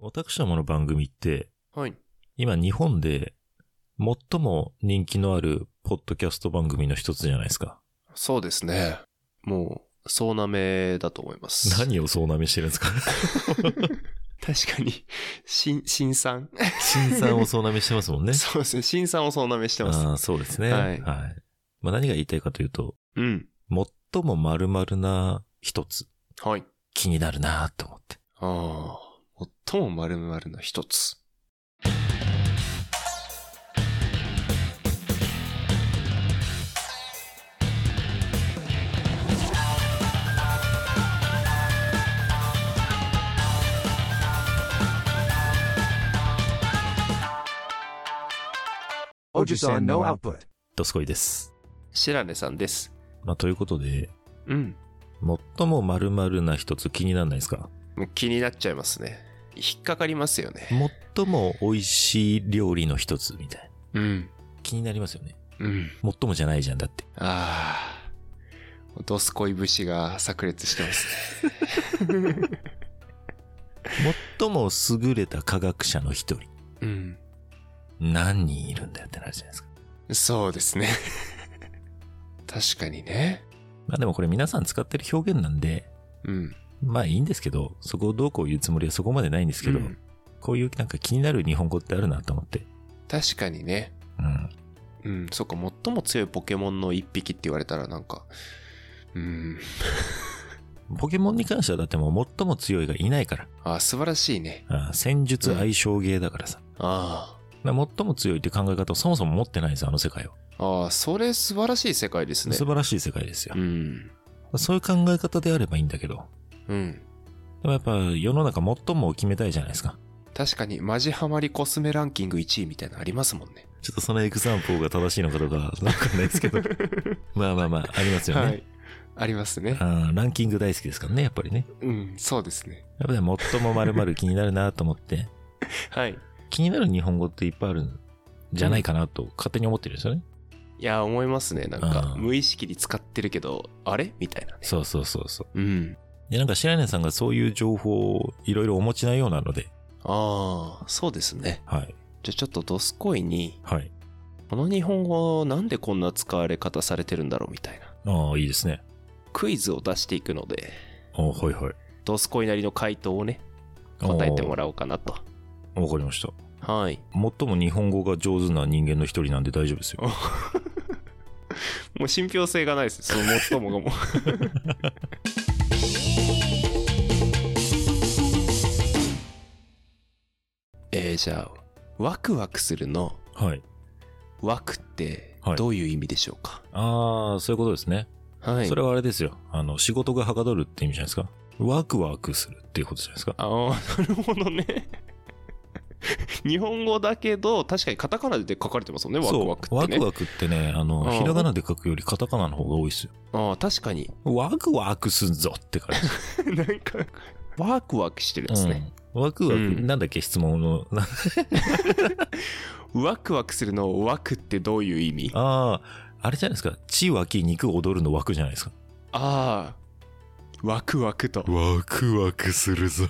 私どもの番組って、はい。今日本で最も人気のあるポッドキャスト番組の一つじゃないです か。そうですね。もう、そうなめだと思います。何をそうなめしてるんですか 確かに、新、新さん、 新さんをそうなめしてますもんね。そうですね。新さんをそうなめしてます。あーそうですね。はいまあ、何が言いたいかというと、うん。最も丸々な一つはい。気になるなと思って。ああ、最も丸々な一つ。 Ojisan no output. ドスコイです。白根さんです。まあ、ということで、うん。最も丸々な一つ気にならないですかもう気になっちゃいますね。引っかかりますよね。最も美味しい料理の一つみたいな。うん。気になりますよね。うん。最もじゃないじゃん、だって。ああ。ドスコイ節が炸裂してますね。最も優れた科学者の一人。うん。何人いるんだよってなるじゃないですか。そうですね。 確かにね。まあでもこれ皆さん使ってる表現なんで、うん。まあいいんですけど、そこをどうこう言うつもりはそこまでないんですけど、うんこういうなんか気になる日本語ってあるなと思って。確かにね。うん。うん。そっか、最も強いポケモンの一匹って言われたらなんか、うん。ポケモンに関してはだってもう最も強いがいないから。ああ、素晴らしいね。ああ戦術相性芸だからさ。あだから最も強いって考え方をそもそも持ってないんですよ、あの世界を。あ。ああ、それ素晴らしい世界ですね素。晴らしい世界ですよ。うん。そういう考え方であればいいんだけど。うん。でもやっぱ世の中最もを決めたいじゃないですか。確かにマジハマりコスメランキング1位みたいなのありますもんね。ちょっとそのエクサンプルが正しいのかどうかわかんないです けど。まあまあまあ、ありますよね。はい。ありますね。あーランキング大好きですからね、やっぱりね。うん、そうですね。やっぱり最も丸々気になるなと思って、はい。気になる日本語っていっぱいあるんじゃないかなと勝手に思ってるんですよね。いや、思いますね。なんかあ、ー無意識に使ってるけど、あれみたいなね。そうそうそうそう。うん。で、なんか白根さんがそういう情報をいろいろお持ちなようなので、ああ、そうですね。はい。じゃあちょっとドスコイに、はい。この日本語なんでこんな使われ方されてるんだろうみたいな。ああ、いいですね。クイズを出していくので、おはいはい。ドスコイなりの回答をね、答えてもららおうかなと。う。わかりました。はい。最も日本語が上手な人間の一人なんで大丈夫 ですよ。もう信憑性がないです。その最も がもう。えー、じゃあ、ワクワクするの、はい。ワクってはいどういう意味でしょうかああ、そういうことですね。はい。それはあれですよ。あの、仕事がはかどるって意味じゃないですか。ワクワクするっていうことじゃないですか。ああ、なるほどね。 日本語だけど、確かにカタカナで書かれてますもんね、ワクワクってそうね。ワクワクってね、あの、うんひらがなで書くよりカタカナの方が多いですよ。ああ、確かに。 ワクワクすんぞって感じ。なんか、ワクワクしてるんですね。うんワクワク、うんなんだっけ質問の。なワクワクするの、ワクってどういう意味ああ、あれじゃないですか。血湧き肉踊るの枠じゃないですか。ああ、ワクワクと。ワクワクするぞ。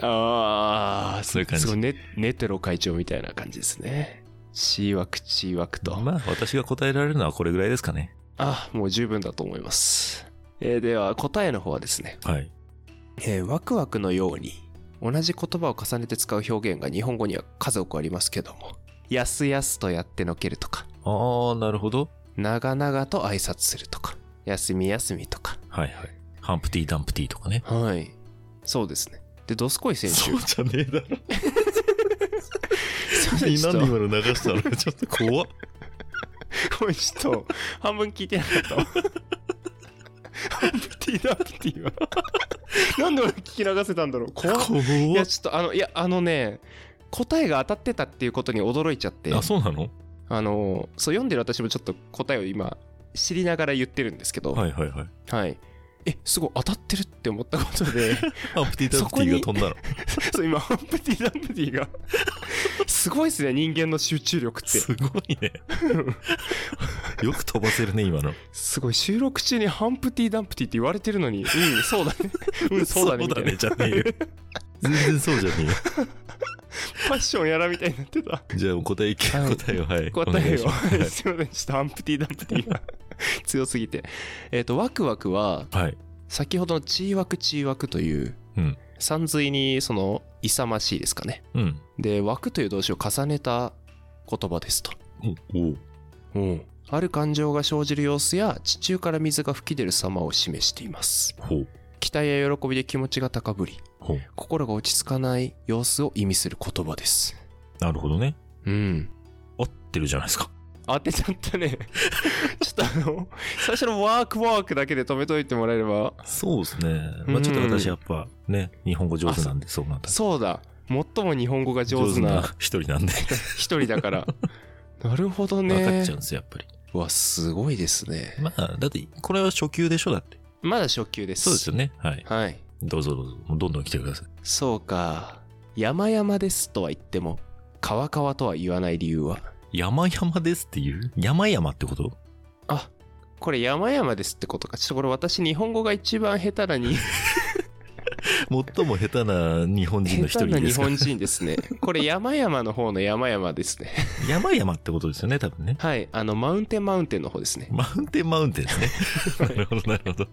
ああ、そういう感じすごいね、ネテロ会長みたいな感じですね。C 枠、C 枠と。まあ、私が答えられるのはこれぐらいですかね。あ、もう十分だと思います。えーでは、答えの方はですね、はい。えーワクワクのように、同じ言葉を重ねて使う表現が日本語には数多くありますけども、やすやすとやってのけるとか、ああ、なるほど。長々と挨拶するとか、休み休みとか。はいはい。ハンプティ・ダンプティとかね。はい。そうですね。で、ドスコイ選手。じゃねえだろ。すいませんちょっとの流したのちょっと怖っ。これちょっと半分聞いてなかったわハンプティダンプティはなんで俺聞き流せたんだろう怖っい怖やちょっとあのいやあのね答えが当たってたっていうことに驚いちゃってあ、そうなのあのそう読んでる私もちょっと答えを今知りながら言ってるんですけどはい、はいはいはい。えすごい当たってるって思ったこと でハンプティ・ダンプティが飛んだの。そう今ハンプティダンプティがすごいですね人間の集中力ってすごいね。 よく飛ばせるね、今の。すごい収録中にハンプティダンプティって言われてる のにうんそうだねうんそうだねみたいなじゃねえよ。全然そうじゃねえよ。ァッションやらみたいになってた。じゃあお答えいけ、はい答えを、はい。答お願えいしを。ますはいすいません。ちょっとアンプティダンプティが強すぎて。 えっ、と、ワクワクは、はい。先ほどのチーワクチーワクという、うんさんずいにその、勇ましいですかね。うん。で、ワクという動詞を重ねた言葉ですと。おおある感情が生じる様子や地中から水が吹き出る様を示しています。ほう。期待や喜びで気持ちが高ぶり、ほう。心が落ち着かない様子を意味する言葉です。なるほどね。うん。合ってるじゃないですか。当てちゃった ね。ちょっとあの、最初のワークワークだけで止めといてもらえれば。そうですね。まあちょっと私やっぱね、日本語上手なんで、そうなんだ。そうだ。最も日本語が上手な一人なんで。一人だ から。なるほどね。 分かっちゃうんですよ、やっぱり。うわ、すごいですね。まあ、だって、これは初級でしょだって。まだ初級です。そうですよね。はい。はい。どうぞどうぞ。もうどんどん来てください。そうか。山々ですとは言っても、川川とは言わない理由は。山々ですっていう山々ってことあ、これ山々ですってことか。ちょっとこれ私日本語が一番下手なに、最も下手な日本人の一下手人なで日すから本人ですね。これ山々の方の山々ですね。 山々ってことですよね、多分ね。はい。あの、マウンテンマウンテンの方ですね。マウンテンマウンテン ですね。なるほど、なるほど。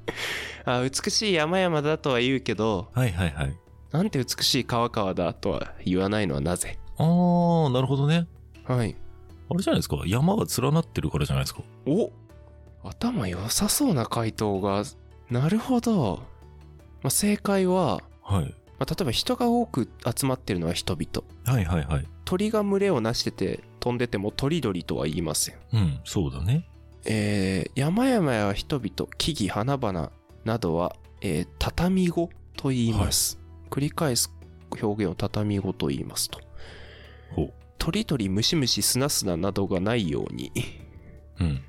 あ、美しい山々だとは言うけど、はいはいはい。なんて美しい川川だとは言わないのはなぜあー、なるほどね。はい。あれじゃないですか。山が連なってるからじゃないですか。お頭良さそうな回答が。なるほど。まあ、正解は、はい。まあ、例えば人が多く集まってるのは人々はいはいはい。鳥が群れをなしてて飛んでても鳥鳥とは言いませんうん、そうだね。えー、山々や人々木々花々などは、えー畳語と言います、繰り返す表現を畳語と言いますとほう。鳥鳥虫虫砂砂などがないようにうん。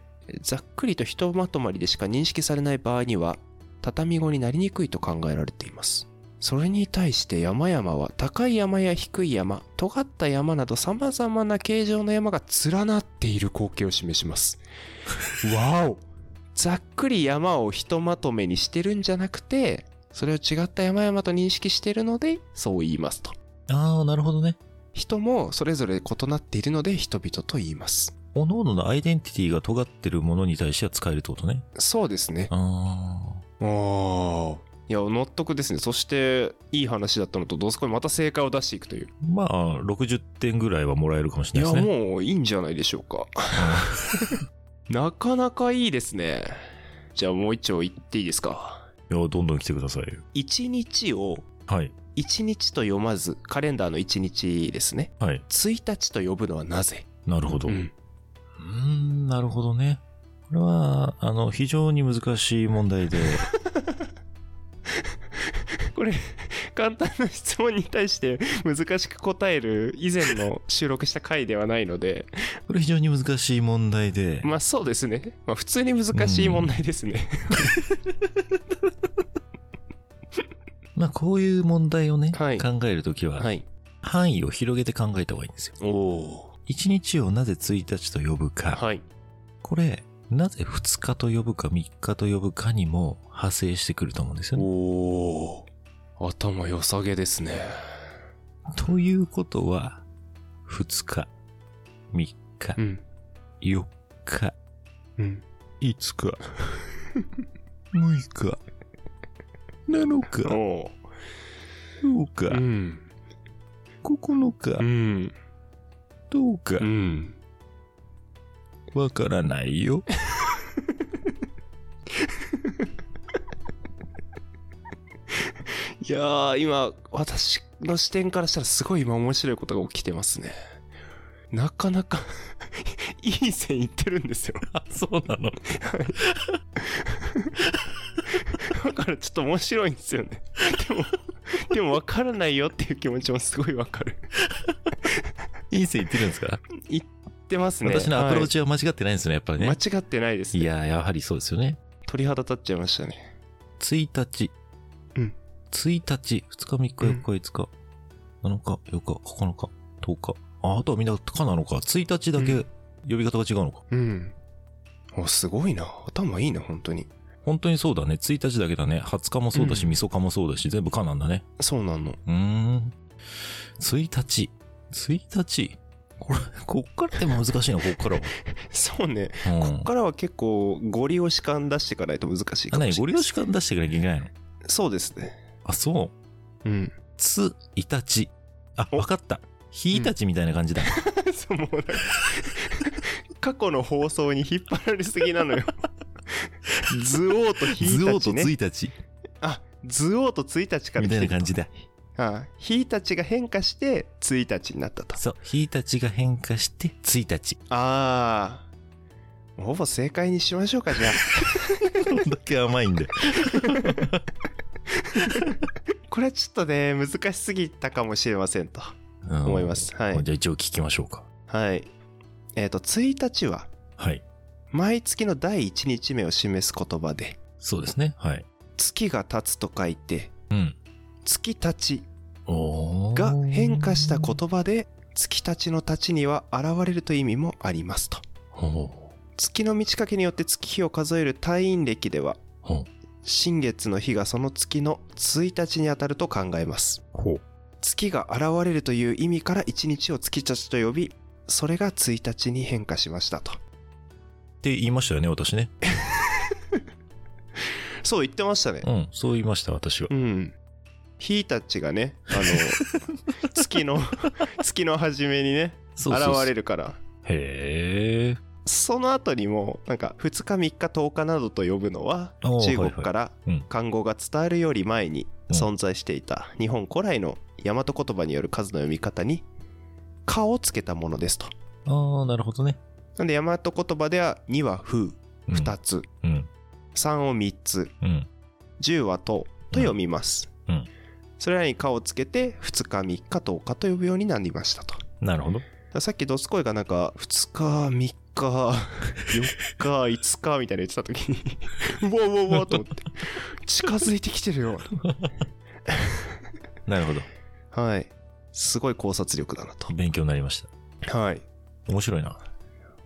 ざっくりとひとまとまりでしか認識されない場合には畳語になりにくいと考えられていますそれに対して山々は高い山や低い山尖った山など様々な形状の山が連なっている光景を示しますわおざっくり山をひとまとめにしてるんじゃなくてそれを違った山々と認識しているのでそう言いますとあー、なるほどね。人もそれぞれ異なっているので人々と言います各々のアイデンティティが尖ってるものに対しては使えるってことね。そうですねあああ。いや、納得ですね。そして、いい話だったのと、どうせこれまた正解を出していくという。ー。まあ、60点ぐらいはもらえるかもしいれや、ないですね。もういいんじゃないでしょう か。なかなかいいですね。じゃあもう一丁言っていいですか。いや、どんどん来てくださいよ。一日を、はい。一日と読まず、カレンダーの一日ですね。はい。一日と呼ぶのはなぜなるほど。ううんん、ーん、なるほどね。これは、あの、非常に難しい問題 で。これ、簡単な質問に対して難しく答える以前の収録した回ではないので、これ非常に難しい問題で。まあそうですね。まあ普通に難しい問題ですね。まあ、こういう問題をね、はい考えるときは、はい。範囲を広げて考えた方がいいんですよ。おお。 1日をなぜ1日と呼ぶか。はい。これ、なぜ2日と呼ぶか3日と呼ぶかにも派生してくると思うんですよね。おお。頭良さげですね。ということは、2日、3日、ん。 4日、うん。 5日、6日、7お日、お。 8日、ん。 9日、ん。 10日、ん。わからないよ。いやー、今、私の視点からしたらすごい今面白いことが起きてますね。なかなか、 いい線いってるんですよ。あ、そうなの。 だからちょっと面白いんですよね。でも、でも分からないよっていう気持ちもすごい分 かる。いい線いってるんですか、いってますね。私のアプローチ、チは間違ってないんですね、やっぱりね。間違ってないですいね。やー、やはりそうですよね。鳥肌立っちゃいましたね。 1日。うん。 1日、2日、3日、4日、5日、7日、8日、9日、10日。あ、あとはみんな、かなのか。1日だうけ呼び方が違うのか。うん。お、すごいな。頭いいな、本当に。本当にそうだね。1日だけだね。20日もそうだし、うんみそかもそうだし、全部かなんだね。そうなの。うーん。1日、 1日これ、 こっからでも難しいな、こっからは。そうね。うん、こっからは結構、ゴリ押し感出していかないと難しあいかもしれない何です。ゴリ押し感出していかなきゃいけないのそうですね。あ、そう。うん。つ、いたち。あ、おわかった。ひいたちみたいな感じだ。 そうもうなんか過去の放送に引っ張られすぎな のよ。ズオーとヒずおーたうとちつね。いたちあ、ズオーとツイたちからみ来たているなと感じだ。ああヒーたちが変化してツイたちになったと。そう。ひいたちが変化して、ついた ち。ああ。ほぼ正解にしましょうか、じゃあ。どんだけ甘いんだよ。これはちょっとね、難しすぎたかもしれませんとうん思いま。す。はい。じゃあ一応聞きましょうか。はい。えっ、と、1日は、はい。毎月の第1日目を示す言葉で、そうですね。はい。月が経つと書いて、うん。月立ちおーが変化した言葉で、月立ちの立ちには現れるという意味もありますと。ほ月の満ち欠けによって月日を数える退院歴では、う。ほう。新月の日がその月の1日にあたると考えます。ほう。月が現れるという意味から1日を月立ちと呼び、それが1日に変化しましたと。って言いましたよね、私ね。そう言ってましたね。うん。そう言いました、私はう。ん。ヒーたちがね、あの、月の、月の初めにね、そう現そうそうれるから、へえ。その後にも、なんか、2日、3日、10日などと呼ぶのは、おー中は国いはいからうん漢語が伝わるより前にうん存在していた日本古来の大和言葉による数の読み方に、かをつけたものですと。ああ、なるほどね。なんで、大和言葉では、2は風、うん2つ、うん。 3を3つ、うん。 10はとと読みます、うんうんそれらに「か」をつけて2日3日10日と呼ぶようになりましたとだかなるほど。らさっきドスコイがなんか2日3日4日5日み たいなの言ってた時に うわうわうわと思って近づいてきてるよなるほど。はいすごい考察力だなと勉強になりました。はい面白いな。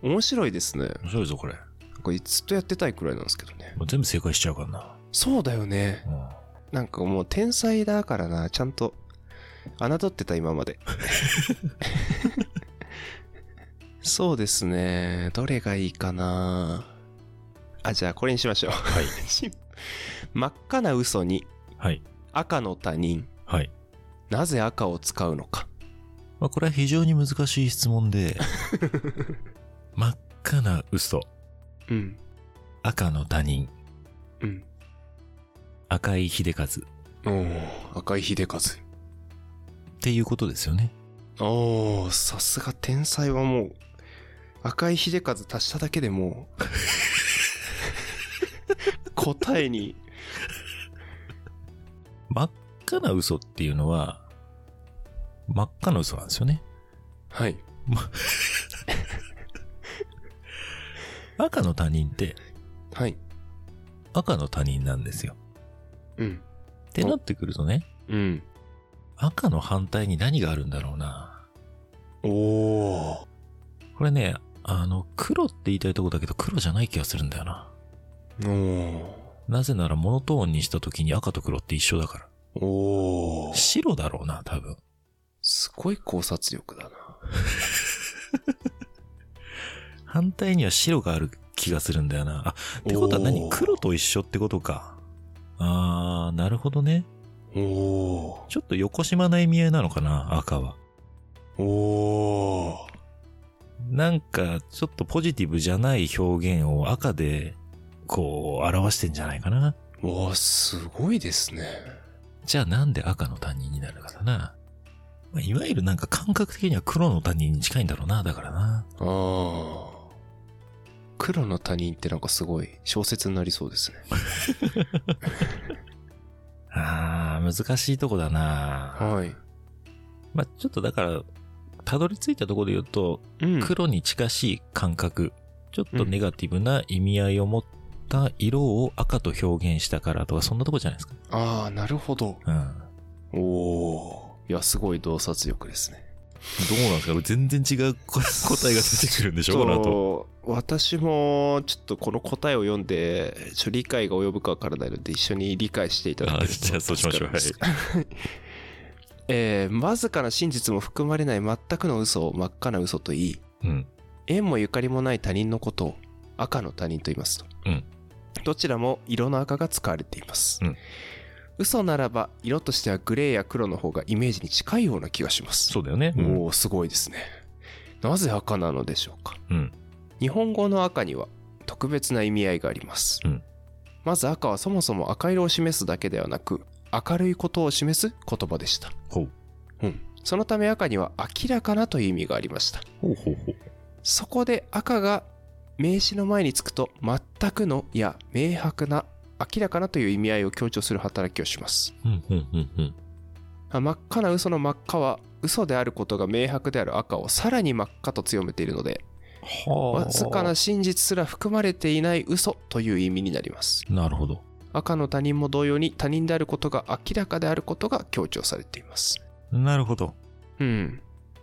面白いですね面白いぞ、これ。これずっとやってたいくらいなんですけどねもう全部正解しちゃうからな。そうだよねうんなんかもう天才だからなちゃんと侮ってた今ま でそうですねどれがいいかなあじゃあこれにしましょうはい 真っ赤な嘘にはい。赤の他人はい。なぜ赤を使うのかまあ、これは非常に難しい質問 で、真っ赤な嘘、うん赤の他人、うん赤井秀和っおお赤井秀和ていうことですよね。おおさすが天才はもう赤井秀和足しただけでも う答えに真っ赤な嘘っていうのは、真っ赤な嘘なんですよね。はい赤の他人って、はい赤の他人なんですよ。うん。ってなってくるとね、うん。赤の反対に何があるんだろうな。おお。これね、あの、黒って言いたいとこだけど、黒じゃない気がするんだよな。おお。なぜならモノトーンにした時に赤と黒って一緒だかおら。白だろうな、多分。すごい考察力だな。反対には白がある気がするんだよな。あ、ってことはお何ー黒と一緒ってことか。あー、なるほどね。おお。ちょっと横島な意味合いなのかな、赤は。おお。なんか、ちょっとポジティブじゃない表現を赤で、こう、表してんじゃないかな。わあ、すごいですね。じゃあなんで赤の他人になるかだな。まあ、いわゆるなんか感覚的には黒の他人に近いんだろうな、だからな。ああ。黒の他人ってなんかすごい小説になりそうですね。あー、難しいとこだな。はい。まあ、ちょっとだから、たどり着いたところで言うと、うん黒に近しい感覚、ちょっとネガティブな意味合いを持った色を赤と表現したからとか、そんなとこじゃないですか。ああ、なるほど。うん。どうなんおお。いや、すごい洞察力ですね。ですかこれ全然違うこ答えが出てくるんでしょこの後。そう私もちょっとこの答えを読んでちょ理解 が及ぶかわからないので一緒に理解していただけるあじゃあそうしましょうはい助かるんですえー、わずかな真実も含まれない全くの嘘を真っ赤な嘘と言い、うん。縁もゆかりもない他人のことを赤の他人と言いますと、うんどちらも色の赤が使われています、うん嘘ならば色としてはグレーや黒の方がイメージに近いような気がしますそうだよね。うん。おおすごいですねなぜ赤なのでしょうかうん。日本語の赤には特別な意味合いがあります、うんまず赤はそもそも赤色を示すだけではなく明るいことを示す言葉でした、ほう。うん、そのため赤には明らかなという意味がありましたほうほうほう。そこで赤が名詞の前につくと全くのや明白な明らかなという意味合いを強調する働きをしますうん、うん、うん、うん。あ真っ赤な嘘の真っ赤は嘘であることが明白である赤をさらに真っ赤と強めているのではあ。わずかな真実すら含まれていない嘘という意味になりますなるほど。赤の他人も同様に他人であることが明らかであることが強調されていますなるほど。うん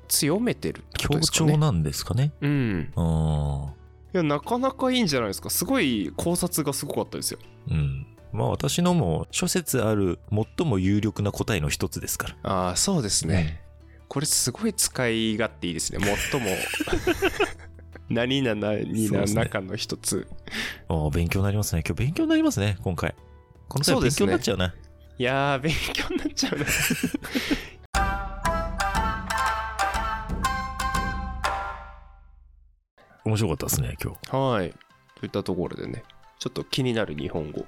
強めてるってこ強とですか調ねなんですかね。うんうーん。いやなかなかいいんじゃないですかすごい考察がすごかったですようん。まあ私のも諸説ある最も有力な答えの一つですから。ああそうですね、これすごい使い勝手いいですね最 も何々そうなですね中の一つ、ああ、勉強になりますね。今日勉強になりますね、今回。このそ回うで勉す強ねになっちゃうな。いやー勉強になっちゃうな面白かったですね、今日。はいといったところでねちょっと気になる日本語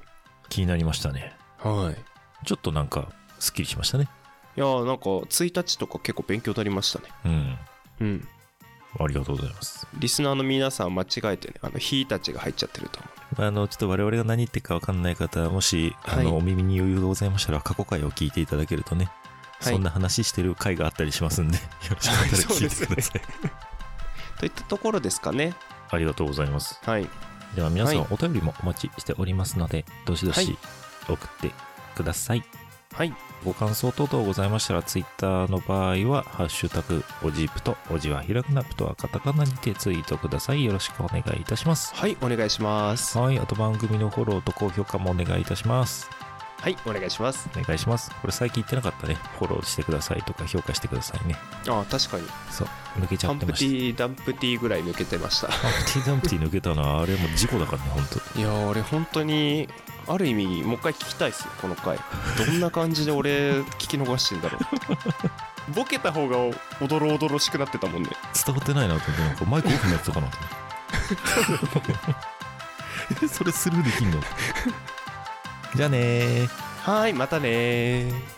気になりましたね。はいちょっとなんか、すっきりしましたね。いやーなんか1日とか結構勉強になりましたねうん。うんありがとうございます。リスナーの皆さん間違えてねあの「ひ」たちが入っちゃってると思あの、ちょっと我々が何言ってるかわかんない方、もし、あはいの、お耳に余裕がございましたら、過去回を聞いていただけるとね、はいそんな話してる回があったりします んで、よろしかったら聞いてください。うといったところですかねありがとうございます。はいでは皆さん、はいお便りもお待ちしておりますのでどしどはしい送ってください、はいご感想等々ございましたら Twitter の場合は「ハッシュタグおじぷとおじはひらくなぷとはカタカナにてツイートくださいよろしくお願いいたしますはいお願いしますはいあと番組のフォローと高評価もお願いいたしますはいお願いしますお願いしますこれ最近言ってなかったねフォローしてくださいとか評価してくださいねああ確かにそう抜けちゃハっンてプテましたィダンプティぐらい抜けてましたハンプティダンプティ抜けたのはあれも事故だからね本当いやー俺本当にある意味もう一回聞きたいっすよこの回どんな感じで俺聞き逃してんだろうって ボケた方がおどろおどろしくなってたもんね伝わってないなと思ってなんかマイクオフのやつとかなと思って えそれスルーできんのじゃあねーはーいまたねー